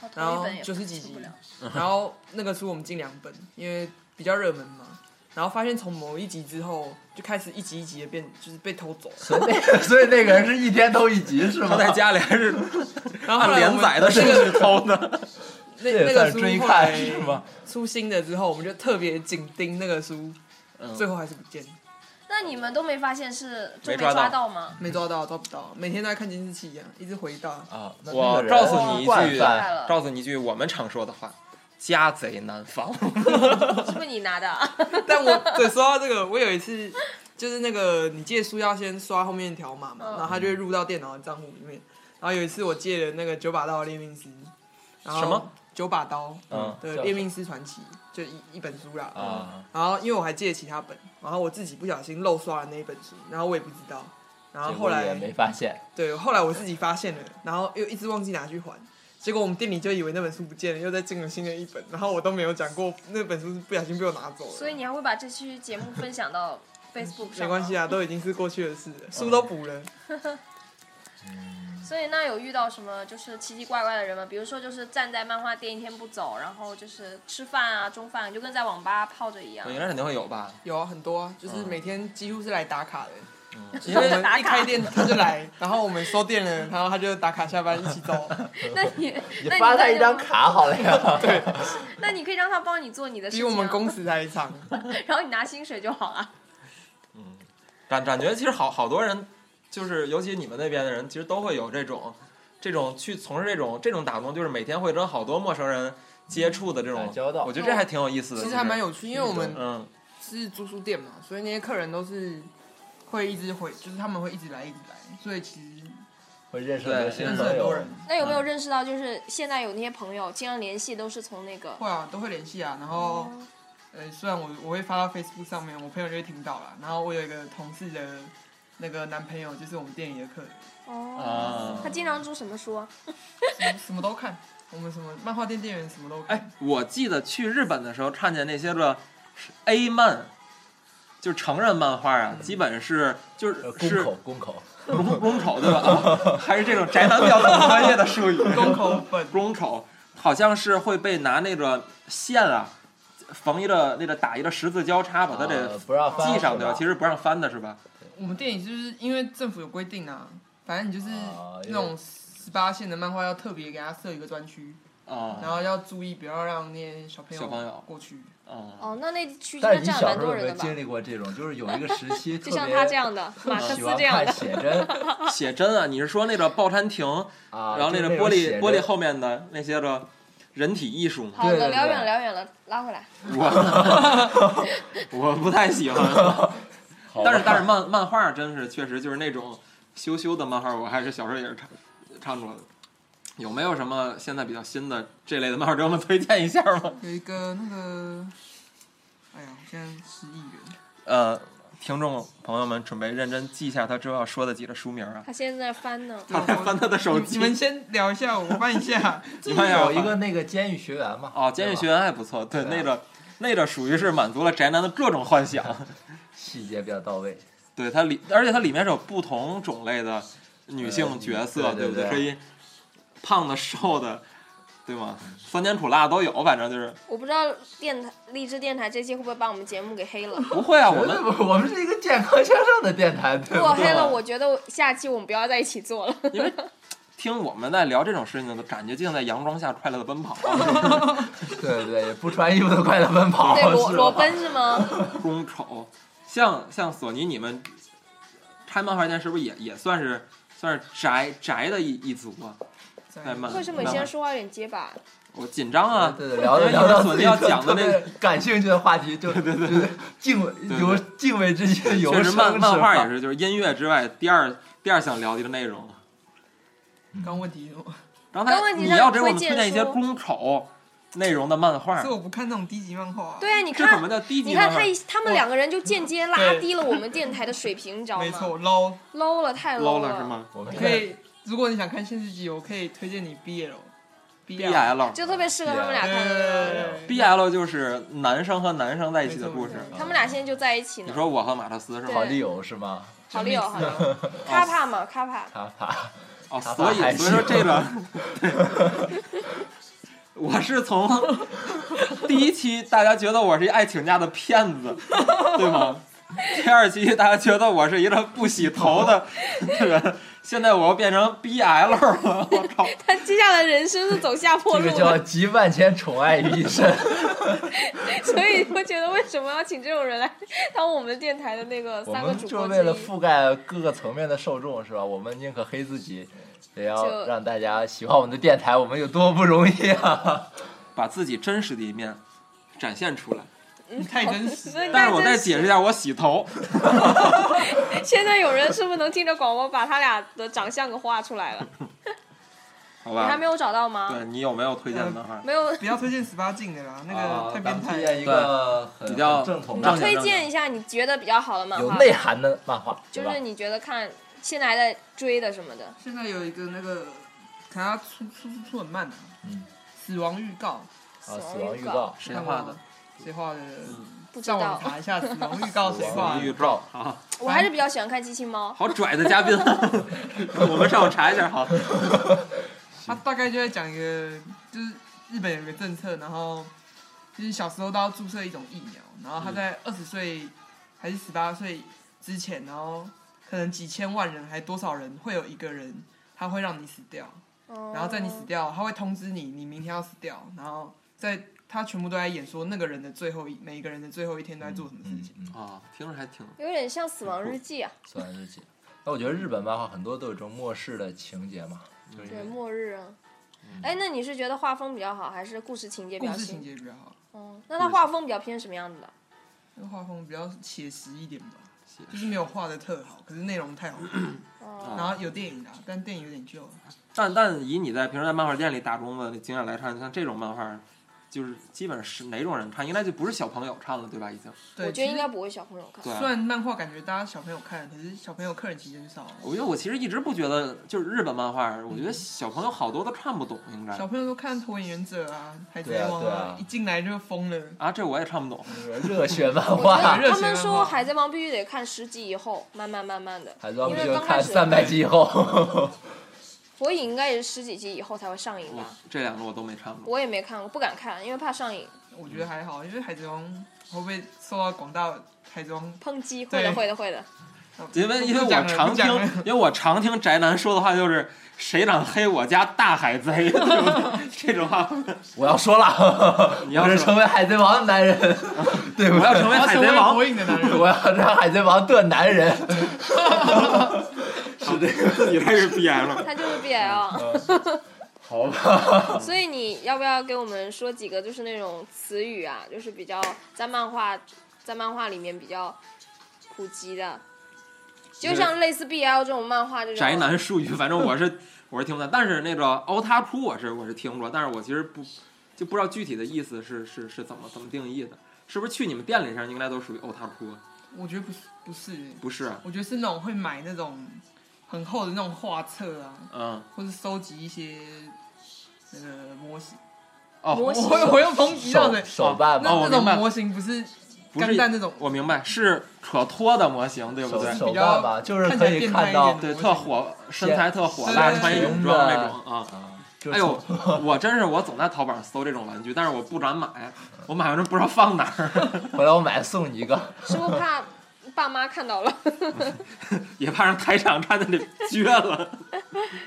S6: 我
S7: 然
S6: 头一
S7: 后
S6: 本也
S7: 九十几
S6: 受不
S7: 集
S6: 了。，
S7: 然后那个书我们进两本，因为比较热门嘛。然后发现从某一集之后，就开始一集一集的变，就是被偷走了。
S5: 所以那个，所以那个人是一天偷一集，是吗？
S4: 他在家里还 是
S7: 然后后
S4: 按
S7: 来我
S4: 连
S7: 们
S4: 载的顺序偷的。
S7: 那那
S5: 这也
S7: 个
S5: 算
S7: 书
S5: 追
S7: 后
S5: 看
S7: 来
S5: 是吗？
S6: 哎
S7: 出新的之后，我们就特别紧盯那个书，
S4: 嗯
S7: 最后还是不见，
S6: 那你们都没发现是就没
S4: 没抓到
S6: 抓到吗？
S7: 没抓到，抓不到，每天都在看监视器一样，一直回荡。
S5: 啊，那
S4: 我
S5: 那个人
S4: 告诉你一
S5: 惯
S4: 句
S7: 哎
S4: 啊
S5: 犯
S6: 了，
S4: 告诉你一句我们常说的话：家贼难防。
S6: 是不是你拿的啊？
S7: 但我对说到这个，我有一次就是那个你借书要先刷后面条码嘛，
S6: 嗯
S7: 然后它就会入到电脑的账户里面。然后有一次我借了那个九把刀的猎命师，然后
S4: 什么哦
S7: 九把刀
S5: 嗯
S7: 的
S5: 叫
S7: 猎命师传奇，就一一本书啦。
S5: 啊，
S7: 然后因为我还借了其他本，然后我自己不小心漏刷了那一本书，然后我也不知道。然后
S5: 结
S7: 后
S5: 果
S7: 来
S5: 也没发现，
S7: 对，后来我自己发现了，然后又一直忘记拿去还。结果我们店里就以为那本书不见了，又再进了新的一本，然后我都没有讲过那本书是不小心被我拿走了。
S6: 所以你还会把这期节目分享 到 Facebook 上？
S7: 没关系
S6: 啊。
S7: 啊，都已经是过去的事了，书都补
S5: 嗯
S7: 了。
S6: 所以那有遇到什么就是奇奇怪怪的人吗？比如说就是站在漫画店一天不走，然后就是吃饭啊、中饭，就跟在网吧泡着一样
S4: 嗯我。应该肯定会有吧？
S7: 有啊，很多啊，就是每天几乎是来打卡的。
S6: 因
S5: 嗯
S7: 因为我们一开店他就来，然后我们收店了，然后他就打卡下班一 起走。
S6: 那你
S5: 你
S6: 那你
S5: 发他
S6: 在
S5: 一张卡好了 呀。对，
S6: 那你可以让他帮你做你的事
S7: 比
S6: 情啊、
S7: 我们工时还长。
S6: 然后你拿薪水就好了。
S4: 嗯感感觉其实好好多人，就是尤其你们那边的人，其实都会有这种这种去从事这种这种打工，就是每天会跟好多陌生人接触的这种
S5: 打交道
S4: 我觉得这还挺有意思的，
S7: 其
S4: 就
S7: 实
S4: 是
S7: 还蛮有趣，因为我们
S4: 嗯
S7: 是租书店嘛，所以那些客人都是会一直回，就是他们会一直来，一直来，所以其实
S5: 会认识
S4: 对
S5: 很多新
S7: 认
S4: 认
S7: 识
S5: 朋
S7: 很
S5: 友
S7: 多人。，
S6: 那有没有认识到，就是现在有那些朋友经常联系都是从那个
S7: 会啊，都会联系啊。然后，呃，虽然我我会发到 Facebook 上面，我朋友就会听到了。然后我有一个同事的那个男朋友，就是我们店里的客人，
S6: 哦，
S4: 啊
S6: 他。经常租什么书啊？
S7: 什么什么都看，我们什么漫画店店员什么都看。
S4: 哎，我记得去日本的时候看见那些个 A 漫，就成人漫画啊，基本是就是
S5: 呃宫
S4: 是
S5: 口宫口，
S4: 龙龙口对吧？啊还是这种宅男比较懂专业的术语，
S7: 宫口本
S4: 宫口好像是会被拿那个线啊缝一个那个打一个十字交叉把它
S5: 呃
S4: 这
S5: 不让翻
S4: 系上对吧？
S5: 吧？
S4: 其实不让翻的是吧？
S7: 我们店里就是因为政府有规定啊，反正你就是
S5: 啊
S7: 那种十八线的漫画要特别给他设一个专区，然
S4: 啊
S7: 后要注意不要让那些小朋
S4: 小朋友
S7: 友过去。
S4: 啊，
S6: 哦，那那区真
S5: 但
S6: 的
S5: 是你
S6: 占
S5: 小
S6: 蛮
S5: 时候
S6: 多
S5: 有没有
S6: 人的吧
S5: 经？历过这种？就是有一个时 期
S6: 就
S5: 特别
S6: 像他这样 的，马克思
S5: 喜欢
S6: 这样
S5: 看
S6: 的，
S5: 写 真
S4: 写真啊，你是说那个报刊亭，
S5: 啊，
S4: 然后
S5: 就
S4: 那
S5: 是
S4: 个
S5: 那
S4: 玻
S5: 种
S4: 璃
S5: 写
S4: 玻璃
S5: 真
S4: 后面的那些个人体艺术吗？
S6: 好
S5: 对
S6: 的，
S5: 对
S6: 聊
S5: 对
S6: 远了 聊远了，拉回来。
S4: 我我不太喜欢。
S5: 好吧
S4: 但是但是漫漫画真是确实就是那种羞羞的漫画，我还是小时候也是看看过的。有没有什么现在比较新的这类的漫画给我们推荐一下吗？
S7: 有一个那个，哎呀，我现在失忆 了。
S4: 呃，听众朋友们准备认真记一下他之后要说的几个书名啊。
S6: 他现在翻呢，
S4: 他在翻他的手
S7: 啊你
S4: 机
S7: 你，们先聊一下，我翻一 下。
S4: 你
S5: 还
S4: 们
S5: 有一个那个监狱学员嘛？
S4: 哦，《监狱学
S5: 对吧
S4: 员》还不错，对，
S5: 对啊
S4: 那个那个属于是满足了宅男的各种幻 想。
S5: 细节比较到位，
S4: 对它里，而且它里面是有不同种类的女性
S5: 呃
S4: 角色，
S5: 对
S4: 不
S5: 对
S4: 对？
S5: 对
S4: 可以胖的、瘦的，对吗？酸甜苦辣都有，反正就是
S6: 我不知道电台励志电台这期会不会把我们节目给黑 了。
S4: 不会啊。我
S5: 我
S4: 们
S5: 们我们是一个健康向上的电台，对
S6: 如果
S5: 吧？
S6: 黑了，我觉得下期我们不要在一起做 了。
S4: 因为听我们在聊这种事情的感觉，就像在阳光下快乐的 奔跑，
S5: 对对，也不穿衣服的快乐奔跑，
S6: 对，裸
S5: 哦是
S6: 裸
S5: 吧？
S6: 奔是 吗？
S4: 公丑。像像索尼，你们开漫画店是不是也也算是算是宅宅的一一族啊？在漫
S6: 为什么你
S4: 漫
S6: 现在
S4: 画
S6: 说话有点结巴？
S4: 我紧张啊，
S5: 对对，聊着
S4: 因为
S5: 聊到
S4: 索
S5: 自
S4: 尼
S5: 己
S4: 要讲的那
S5: 特别感兴趣的话题，就对对对，敬畏
S4: 对
S5: 由敬畏之心由
S4: 确实
S5: 生
S4: 漫漫画也
S5: 是吧。
S4: 是，就是音乐之外第二第二想聊的内容。啊
S7: 刚问题是什么
S4: 刚
S6: 刚
S4: 才
S6: 问题
S4: 你
S6: 让
S4: 要
S6: 你
S4: 给我们
S6: 推
S4: 推
S6: 荐
S4: 荐一些
S6: 书
S4: 公口内容的漫画
S7: 是，我不看那种低级漫画、啊。
S6: 对，啊，你
S4: 这怎么
S6: 看，
S4: 叫低级
S6: 你
S4: 漫
S6: 看
S4: 画
S6: 他一他们两个人就间接拉
S7: 对
S6: 低了我们电台的水平，你知道
S7: 没错
S6: 吗
S7: ，low。
S6: ？low 了，太
S4: low
S6: 了
S4: 了是？吗
S5: 我们
S7: 可以，如果你想看现实集，我可以推荐你 BL。
S4: ？B L
S6: 就特别适合他们俩看的。
S7: 对
S4: B L 就是男生和男生在一起的
S7: 没错
S4: 故事
S7: 没。
S6: 他们俩现在就在一起
S4: 你
S6: 呢。
S4: 说我和马特斯是
S5: 好
S4: 吗？
S5: 丽友是吗？
S6: 好利友，好利友，
S7: 友。
S6: 卡
S5: 哦
S6: 帕嘛，卡帕。
S5: 卡 卡，
S4: 哦，
S5: 他
S4: 所以
S5: 还
S4: 所以说
S5: 行
S4: 这个，我是从第一期大家觉得我是一爱请假的骗子，对吗？第二期大家觉得我是一个不洗头的人，现在我又变成 BL 了，我靠！
S6: 他接下来人生是走下坡
S5: 这
S6: 路
S5: 个叫
S6: 的，
S5: 集万千宠爱于一身。
S6: 所以我觉得为什么要请这种人来当我们电台的那个
S5: 我
S6: 三个
S5: 们
S6: 主
S5: 就是
S6: 播
S5: 为
S6: 之
S5: 了
S6: 一？
S5: 覆盖各个层面的受众，是吧？我们宁可黑自己，也
S6: 就
S5: 要让大家喜欢我们的电台，我们有多不容易啊！
S4: 把自己真实的一面展现出来。
S7: 你嗯太真实了。
S4: 但是我
S6: 在
S4: 再解释一下，我洗头，
S6: 现在有人是不是能听着广播把他俩的长相给画出来了？
S4: 好
S6: 你还
S4: 吧
S6: 没？有找到吗？
S4: 对你有没有推荐的漫画？
S6: 没有，
S7: 不要推荐十八禁的啦，那
S4: 啊
S7: 个太
S5: 啊咱
S7: 变
S5: 们
S7: 态
S5: 推
S7: 了。
S5: 荐一个很
S4: 比较
S5: 很正统
S4: 正
S5: 的、
S6: 推荐一下你觉得比较好的漫
S5: 有
S6: 画，
S5: 内涵的漫画，
S6: 就
S5: 对吧啊
S6: 是？你觉得看现在还在追的什么的。
S7: 现在有一个那个，可能它出出出出很慢的、
S5: 嗯
S7: 死亡预告
S5: 啊，死
S6: 亡
S5: 亡
S6: 预
S5: 预
S6: 告
S5: 告，
S4: 谁画的？嗯
S7: 谁画的？
S6: 不知
S7: 上网
S6: 道，
S7: 查一下死亡预告谁
S5: 死
S7: 画
S5: 亡
S4: 预
S7: 的。
S4: 告啊，
S6: 我还是比较喜欢看机器猫。
S4: 好拽的嘉宾， 我们上网查一下好。
S7: 他大概就在讲一个，就是日本有一个政策，然后就是小时候都要注射一种疫苗，然后他
S4: 嗯
S7: 在二十岁还是十八岁之前，然后可能几千万人还多少人会有一个人，他会让你死掉。然后在你
S6: 嗯
S7: 死掉，他会通知你，你明天要死掉。然后在他全部都在演说那个人的最后一每一个人的最后一天都在做什么事
S5: 嗯
S7: 情。
S5: 嗯，
S4: 啊，听着还挺
S6: 有点像《死亡日记》啊，
S5: 死亡日记。那我觉得日本漫画很多都有这种末世的情节嘛，就是因
S6: 对，
S4: 嗯
S5: 为
S6: 末日啊。哎，那你是觉得画风比较好，还是故事情节比
S7: 故
S6: 较
S7: 事
S6: 新？
S7: 情节比较好，
S6: 嗯，那它画风比较偏什么样子的？
S7: 那画风比较写实一点吧
S4: 写，
S7: 就是没有画的特好，可是内容太好。
S6: 哦，
S7: 然后有电影的，但电影有点旧了。
S4: 啊但但以你在平时在漫画店里打工的经验来看，像这种漫画，就是基本是哪种人看，应该就不是小朋友看了，对吧？已经。
S7: 对，
S6: 我觉得应该不会小朋友看。
S4: 对
S7: 其
S4: 啊
S7: 实。虽然漫画感觉大家小朋友看，可是小朋友客人其实很少啊。
S4: 我觉得我其实一直不觉得，就是日本漫画，我觉得小朋友好多都看不懂，应该
S7: 嗯小朋友都看《火影忍者》啊，《海贼
S5: 对啊
S7: 王》
S5: 对啊
S7: 一进来就疯了。
S4: 啊，这我也看不懂。
S5: 热血漫
S6: 我觉
S5: 画，
S6: 得
S7: 热啊血
S6: 他们
S7: 漫
S6: 说《
S7: 画
S6: 海贼王》必须得看十集以后，慢慢慢慢的，
S5: 海贼王
S6: 因
S5: 不
S6: 为
S5: 就
S6: 刚开
S5: 看
S6: 始
S5: 三百集以后？
S6: 火影应该也是十几集以后才会上映
S4: 我
S6: 吧？
S4: 这两个我都没看过。
S6: 我也没看过，不敢看，因为怕上瘾，
S7: 我觉得还好，因为《海贼王》会不会受到广大海贼王？
S6: 抨击。会的，
S7: 对
S6: 会的，会的。
S4: 因为因为
S7: 不
S4: 我
S7: 讲了
S4: 常
S7: 不
S4: 听
S7: 讲了，
S4: 因为我常听宅男说的话就是“谁敢黑我家大海贼”， 对不对这种话，
S5: 我要说了，
S4: 你要
S5: 我是
S4: 说
S5: 成为海贼王的男人，对
S4: 我
S5: 不对？
S4: 要成
S7: 我
S4: 为
S7: 要
S4: 海
S7: 成
S4: 贼
S7: 为
S4: 王
S7: 火，影的男人，
S5: 我要让海贼王的男人，是这个
S4: 自己开始编了。
S6: 它就是 BL，
S5: 好吧？
S6: 所以你要不要给我们说几个就是那种词语啊，就是比较在漫画在漫画里面比较苦极的，就像类似 BL 这种漫画这种
S4: 宅男术语，反正我是我是听不懂，但是那个欧他哭我是我是听过，但是我其实不就不知道具体的意思是是是怎么怎么定义的，是不是去你们店里上应该都属于欧他哭？
S7: 我觉得不是不是，
S4: 啊不是，啊
S7: 我觉得是那种会买那种很厚的那种画册啊，
S4: 嗯，
S7: 或是收集一些那个模型。
S4: 哦
S6: 模，型
S7: 我我又抨击到
S5: 手
S7: 的，
S5: 手办
S7: 那
S5: 嘛，
S4: 哦我
S7: 那种
S4: 明白
S7: 模型不是
S4: 不是
S7: 钢弹那种，
S4: 我明白是可脱的模型，对不
S5: 手
S4: 对？
S5: 手办嘛，就是可以看到
S4: 对，特火，身材特火
S7: 是
S4: 辣，穿一泳装那种啊。
S5: 啊，
S4: 哎呦，我真是我总在淘宝上搜这种玩具，但是我不敢买，我买完之后不知道放哪儿，
S5: 回来我买送你一个，
S6: 是不是怕爸妈看到了
S4: 也怕让台长看见得撅了。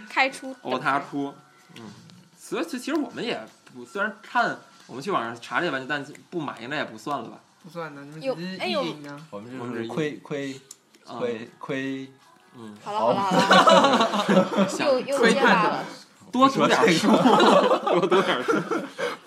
S6: 开除？
S4: 欧他出，嗯，所以其其实我们也不，虽然看我们去网上查这些玩具，但不买应该也不算了吧？
S7: 不算的，你们
S6: 有
S7: 只是
S6: 哎
S7: 意
S6: 有
S7: 淫啊。
S5: 我们
S4: 我
S5: 这
S4: 们
S5: 是
S4: 是
S5: 亏亏
S4: 啊、
S5: 亏亏，
S4: 嗯，
S6: 好了好了好了，
S4: 想
S6: 又又
S7: 窥
S6: 结
S7: 探
S6: 巴
S7: 的
S6: 了。
S4: 多读点书，多读点书。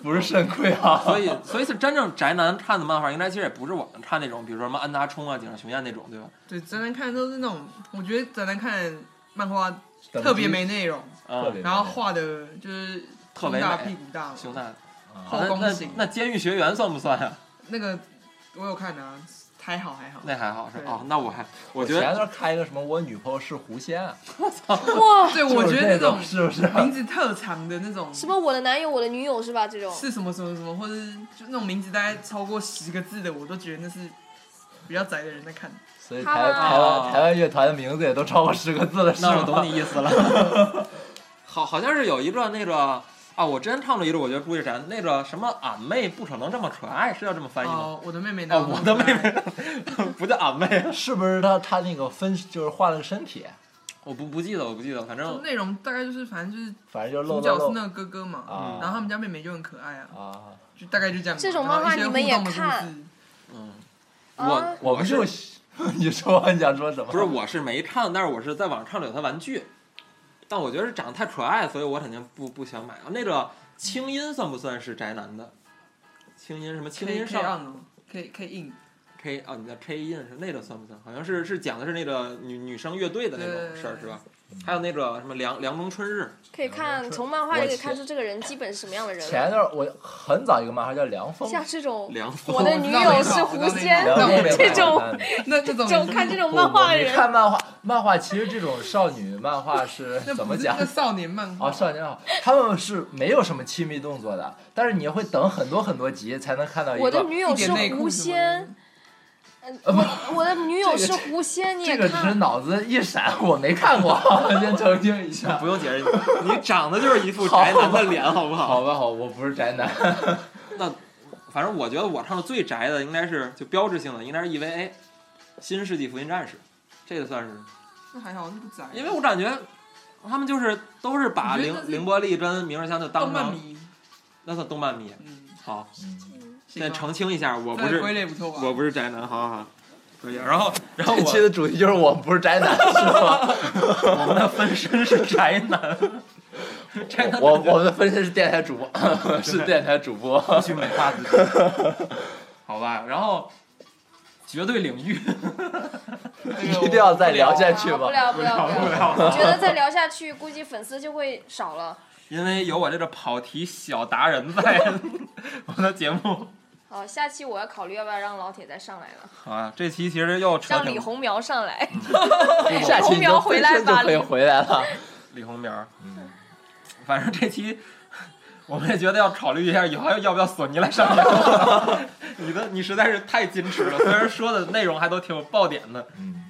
S5: 不是肾亏啊，
S4: 所以，所以是真正宅男看的漫画，应该其实也不是我们看那种，比如说什么安达充啊、井上雄彦那种，对吧？
S7: 对，宅男看的都是那种，我觉得宅男看漫画
S5: 等级
S7: 特别没，内容，
S4: 啊、
S5: 特别
S7: 然后画的就是
S4: 特
S7: 胸
S4: 别
S7: 大
S4: 美
S7: 屁股大嘛，
S4: 熊大，
S5: 啊
S7: 后
S4: 那
S7: 宫
S4: 那
S7: 型
S4: 那监狱学员算不算呀、
S7: 那个我有看啊，还好还好。
S4: 那还好是
S7: 对
S4: 哦，那我还我
S5: 我
S4: 觉
S5: 前
S4: 得
S5: 段开一个什么，我女朋友是狐仙，啊
S6: 哇，
S7: 对，
S5: 就
S7: 我
S5: 是
S7: 觉得
S5: 那
S7: 种
S5: 种是不啊是？
S7: 名字特长的那种，
S6: 什么我的男友我的女友是吧？这种
S7: 是什么什么什么，或者是就那种名字大概超过十个字的，我都觉得那是比较宅的人在看。
S5: 所以
S6: 他
S5: 台
S6: 吧
S5: 台
S4: 啊
S5: 湾台湾乐团的名字也都超过十个字了，是
S4: 那我
S5: 吧？
S4: 懂你意思了。 好，好像是有一个那个啊，我之前唱过一个，我觉得注意啥，那个什么俺妹不可能这么可爱，是要这么翻译吗？
S7: 哦，我的妹妹呢？
S4: 哦，我的妹妹不叫俺妹，
S5: 是不是他他那个分就是画了个身体，
S4: 我不不记得，我不记得，反
S7: 就
S4: 正
S7: 内容大概就是，反正就是
S5: 反正就露
S7: 主
S5: 露
S7: 角是
S5: 露
S7: 那个哥哥嘛，
S5: 啊
S7: 然后他们家妹妹就很可爱啊，
S5: 啊！
S7: 就大概就这样吧。
S6: 这种漫画
S7: 然后一些
S6: 你们也
S7: 互动的故事
S6: 看？
S4: 嗯，
S6: 啊
S4: 我
S5: 我们就是你说你想说什么？
S4: 不是我是没看，但是我是在网上看了有他玩具，但我觉得是长得太可爱，所以我肯定不不想买啊。那个清音算不算是宅男的？清音什么清
S7: K
S4: 音
S7: K
S4: 上
S7: on 哦，K K in，
S4: K 哦，你的 K 音是那个算不算？好像是是讲的是那个女女生乐队的那种事儿是吧？还有那个什么凉凉中春日，
S6: 可以看从漫画就可以看出这个人基本是什么样的人
S5: 前
S6: 了。
S5: 一段我很早一个漫画叫《凉风》，
S6: 像这种
S4: 凉
S6: 我
S4: 风
S6: 的女友是狐仙
S5: 然后那边
S6: 这种
S5: 买了
S7: 那这种
S6: 这种看这种
S5: 不
S6: 漫画的
S5: 不你
S6: 人，
S5: 看漫画，漫画其实这种少女漫画是
S7: 那
S5: 怎
S7: 不
S5: 么
S7: 是
S5: 讲
S7: 那？少年漫
S5: 啊，
S7: 画，
S5: 少年漫画，他们是没有什么亲密动作的，但是你会等很多很多集才能看到一
S6: 我的
S5: 个。
S6: 女
S7: 一
S6: 友是
S7: 点内
S6: 狐
S7: 裤什么的
S6: 仙，嗯我我的女友是狐仙，你也
S5: 这个只是
S6: 看。
S5: 脑子一闪，我没 看过，先澄清一下。
S4: 不用解释，你长得就是一副宅男的脸，好不好？
S5: 好吧，好，我不是宅男。
S4: 反正我觉得我唱的最宅的应该是就标志性的，应该是 EVA《新世纪福音战士》，这个算是，
S7: 那还好，那不宅。
S4: 因为我感觉他们就是都是
S7: 我
S4: 把
S7: 觉得
S4: 凌
S7: 那是
S4: 凌波丽跟明日香就
S7: 动
S4: 当
S7: 漫
S4: 成
S7: 迷，
S4: 那算动漫迷。
S7: 嗯，
S4: 好，
S7: 行
S4: 再
S7: 吧
S4: 澄清一下，我不
S7: 这
S4: 是
S7: 个归类不错吧？
S4: 我不是宅男，好好好，可以。啊然后然 后
S5: 这期
S4: 我
S5: 的主题就是我们不是宅 男，是吧？
S4: 我们的分身是宅男，宅男
S5: 我我们的分身是电台主 播，是电台主播。
S4: 不许美化自己，好吧？然后绝对领域，
S7: 这个
S5: 一定要再聊下去
S6: 啊
S5: 吗
S6: 不？聊不聊不
S4: 不
S6: 聊，
S4: 了
S6: 我觉得 再聊下去，估计粉丝就会少了。
S4: 因为有我这个跑题小达人在我的节目。
S6: 好，下期我要考虑要不要让老铁再上来了，
S4: 好 啊，这期其实又扯
S6: 让
S4: 挺
S6: 李红苗上来。
S5: 嗯 下期
S6: 红
S5: 你
S6: 苗
S5: 就
S6: 回
S5: 分
S6: 来
S5: 身就
S6: 吧，
S5: 可以
S6: 李
S5: 回来了。
S4: 李红苗儿，
S6: 嗯
S4: 反正这期我们也觉得要考虑一下，以后要不要索尼来上节 目。你的你实在是太矜持了，虽然说的内容还都挺有爆点的。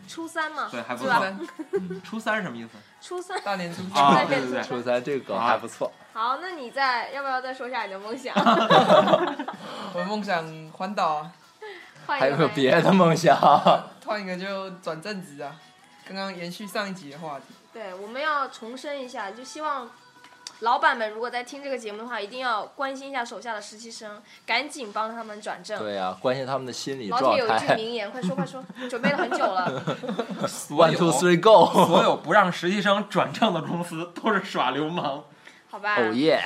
S6: 初三嘛，
S4: 对还不
S6: 是吧？
S4: 错
S7: 三
S4: 初三是什么意思？
S6: 初三
S7: 大年初三
S4: 啊，
S6: 对
S4: 对对对，
S5: 初三这个
S4: 啊
S5: 梗还不错，
S6: 好，那你再要不要再说一下你的梦 想？
S7: 我的梦想环岛啊，
S6: 换一
S5: 还
S6: 个吧
S5: 有个别的梦想。
S7: 换一个就转正职啊。刚刚延续上一集的话题，
S6: 对，我们要重申一下，就希望老板们如果在听这个节目的话，一定要关心一下手下的实习生，赶紧帮他们转正。
S5: 对呀、关心他们的心理
S6: 老
S5: 状
S6: 铁有一句
S5: 态。
S6: 名言，快说快说，准备了很久了。
S4: 所
S5: One two
S4: 有
S5: three go！
S4: 所有不让实习生转正的公司都是耍流氓。
S6: 好吧，
S5: 哦耶！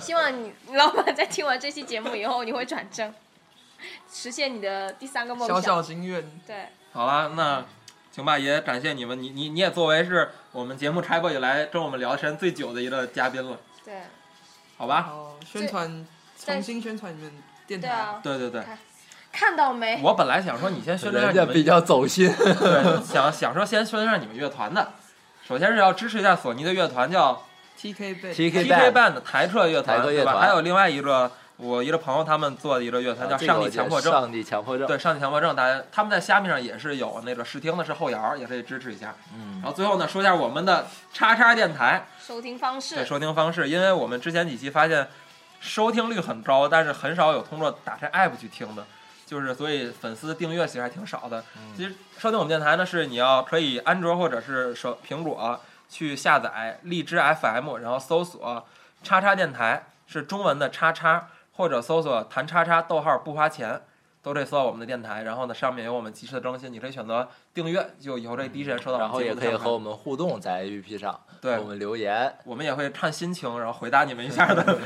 S6: 希望你你老板在听完这期节目以后，你会转正，实现你的第三个梦
S7: 小
S6: 想。
S7: 小心愿，
S6: 对，
S4: 好了，那行吧，也感谢你们，你你你也作为是我们节目开播以来跟我们聊天最久的一个嘉宾了，
S6: 对
S4: 好吧？
S7: 哦，宣传
S6: 对
S7: 重新宣传你们电
S6: 对
S7: 台。
S6: 啊，
S4: 对对对，
S6: 看到没？
S4: 我本来想 说你先宣传
S5: 人
S4: 一下
S5: 家
S4: 你们
S5: 比较走心，
S4: 对，想 想说先宣传你们乐团的，首先是要支持一下索尼的乐团叫
S7: TK 贝
S5: TK
S4: TK
S5: Band，
S4: Band 台客乐团，
S5: 台客
S4: 对
S5: 乐
S4: 吧？
S5: 团
S4: 还有另外一个我一个朋友他们做的一个乐团叫
S5: 啊这个
S4: 上
S5: 我
S4: 帝
S5: 记
S4: 强
S5: 得
S4: 迫症，
S5: 上帝强迫症，
S4: 对，上帝强迫症，大家他们在虾米上也是有那个试听的，是后摇，也可以支持一下。
S5: 嗯
S4: 然，后最后呢，说一下我们的叉叉电台
S6: 收听方
S4: 对
S6: 式，
S4: 收听方式，因为我们之前几期发现收听率很高，但是很少有通过打开 app 去听的，就是所以粉丝订阅其实还挺少
S5: 嗯
S4: 的。其实收听我们电台呢，是你要可以安卓或者是手苹果去下载荔枝 FM，然后搜索“叉叉电台”是中文的“叉叉”，或者搜索“弹叉叉”逗号不花钱。都可以搜到我们的电台，然后呢，上面有我们及时的更新，你可以选择订阅，就以后这第一时间收到我
S5: 然
S4: 们
S5: 后
S4: 节
S5: 也
S4: 目的
S5: 可以
S4: 上传
S5: 和我们互动，在 APP 上
S4: 对
S5: 给我们留言，
S4: 我们也会看心情，然后回答你们一下 的，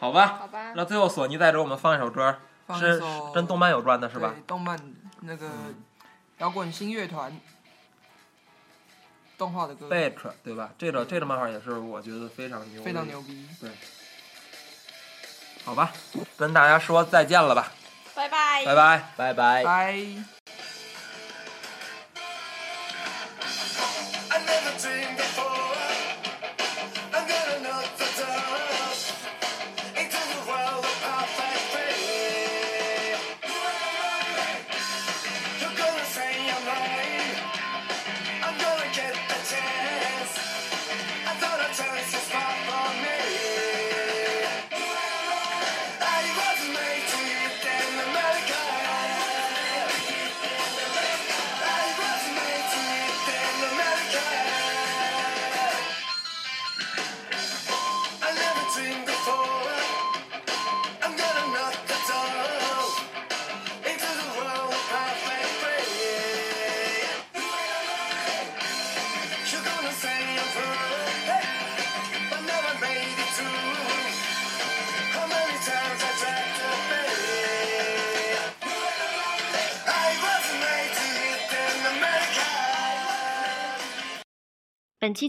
S4: 好吧？
S6: 好吧？
S4: 那最后索尼再给我们放一首歌，
S7: 放一
S4: 是
S7: 首
S4: 跟动漫有关的是吧嗯
S7: 对？，动漫那个摇滚新乐团动画的歌，
S4: ？Back 对吧？这个这个漫画也是我觉得非常牛，
S7: 非常牛。逼。
S4: 好吧，跟大家说再见了吧，
S6: 拜拜
S4: 拜。拜。
S5: 拜拜。
S4: 哎
S7: 拜。
S1: I never dreamed before. I'm gonna knock the door into the world of perfect being. You're gonna say your name. I'm gonna get the chance. I thought a chance was not for me. I was made to live in America. I was made to live in America. I never dreamed before. I'm gonna knock the door into the world of perfect free. You're gonna say I'm perfect, but never made it through. How many times I tried to be? I was made to live in America.
S2: 本期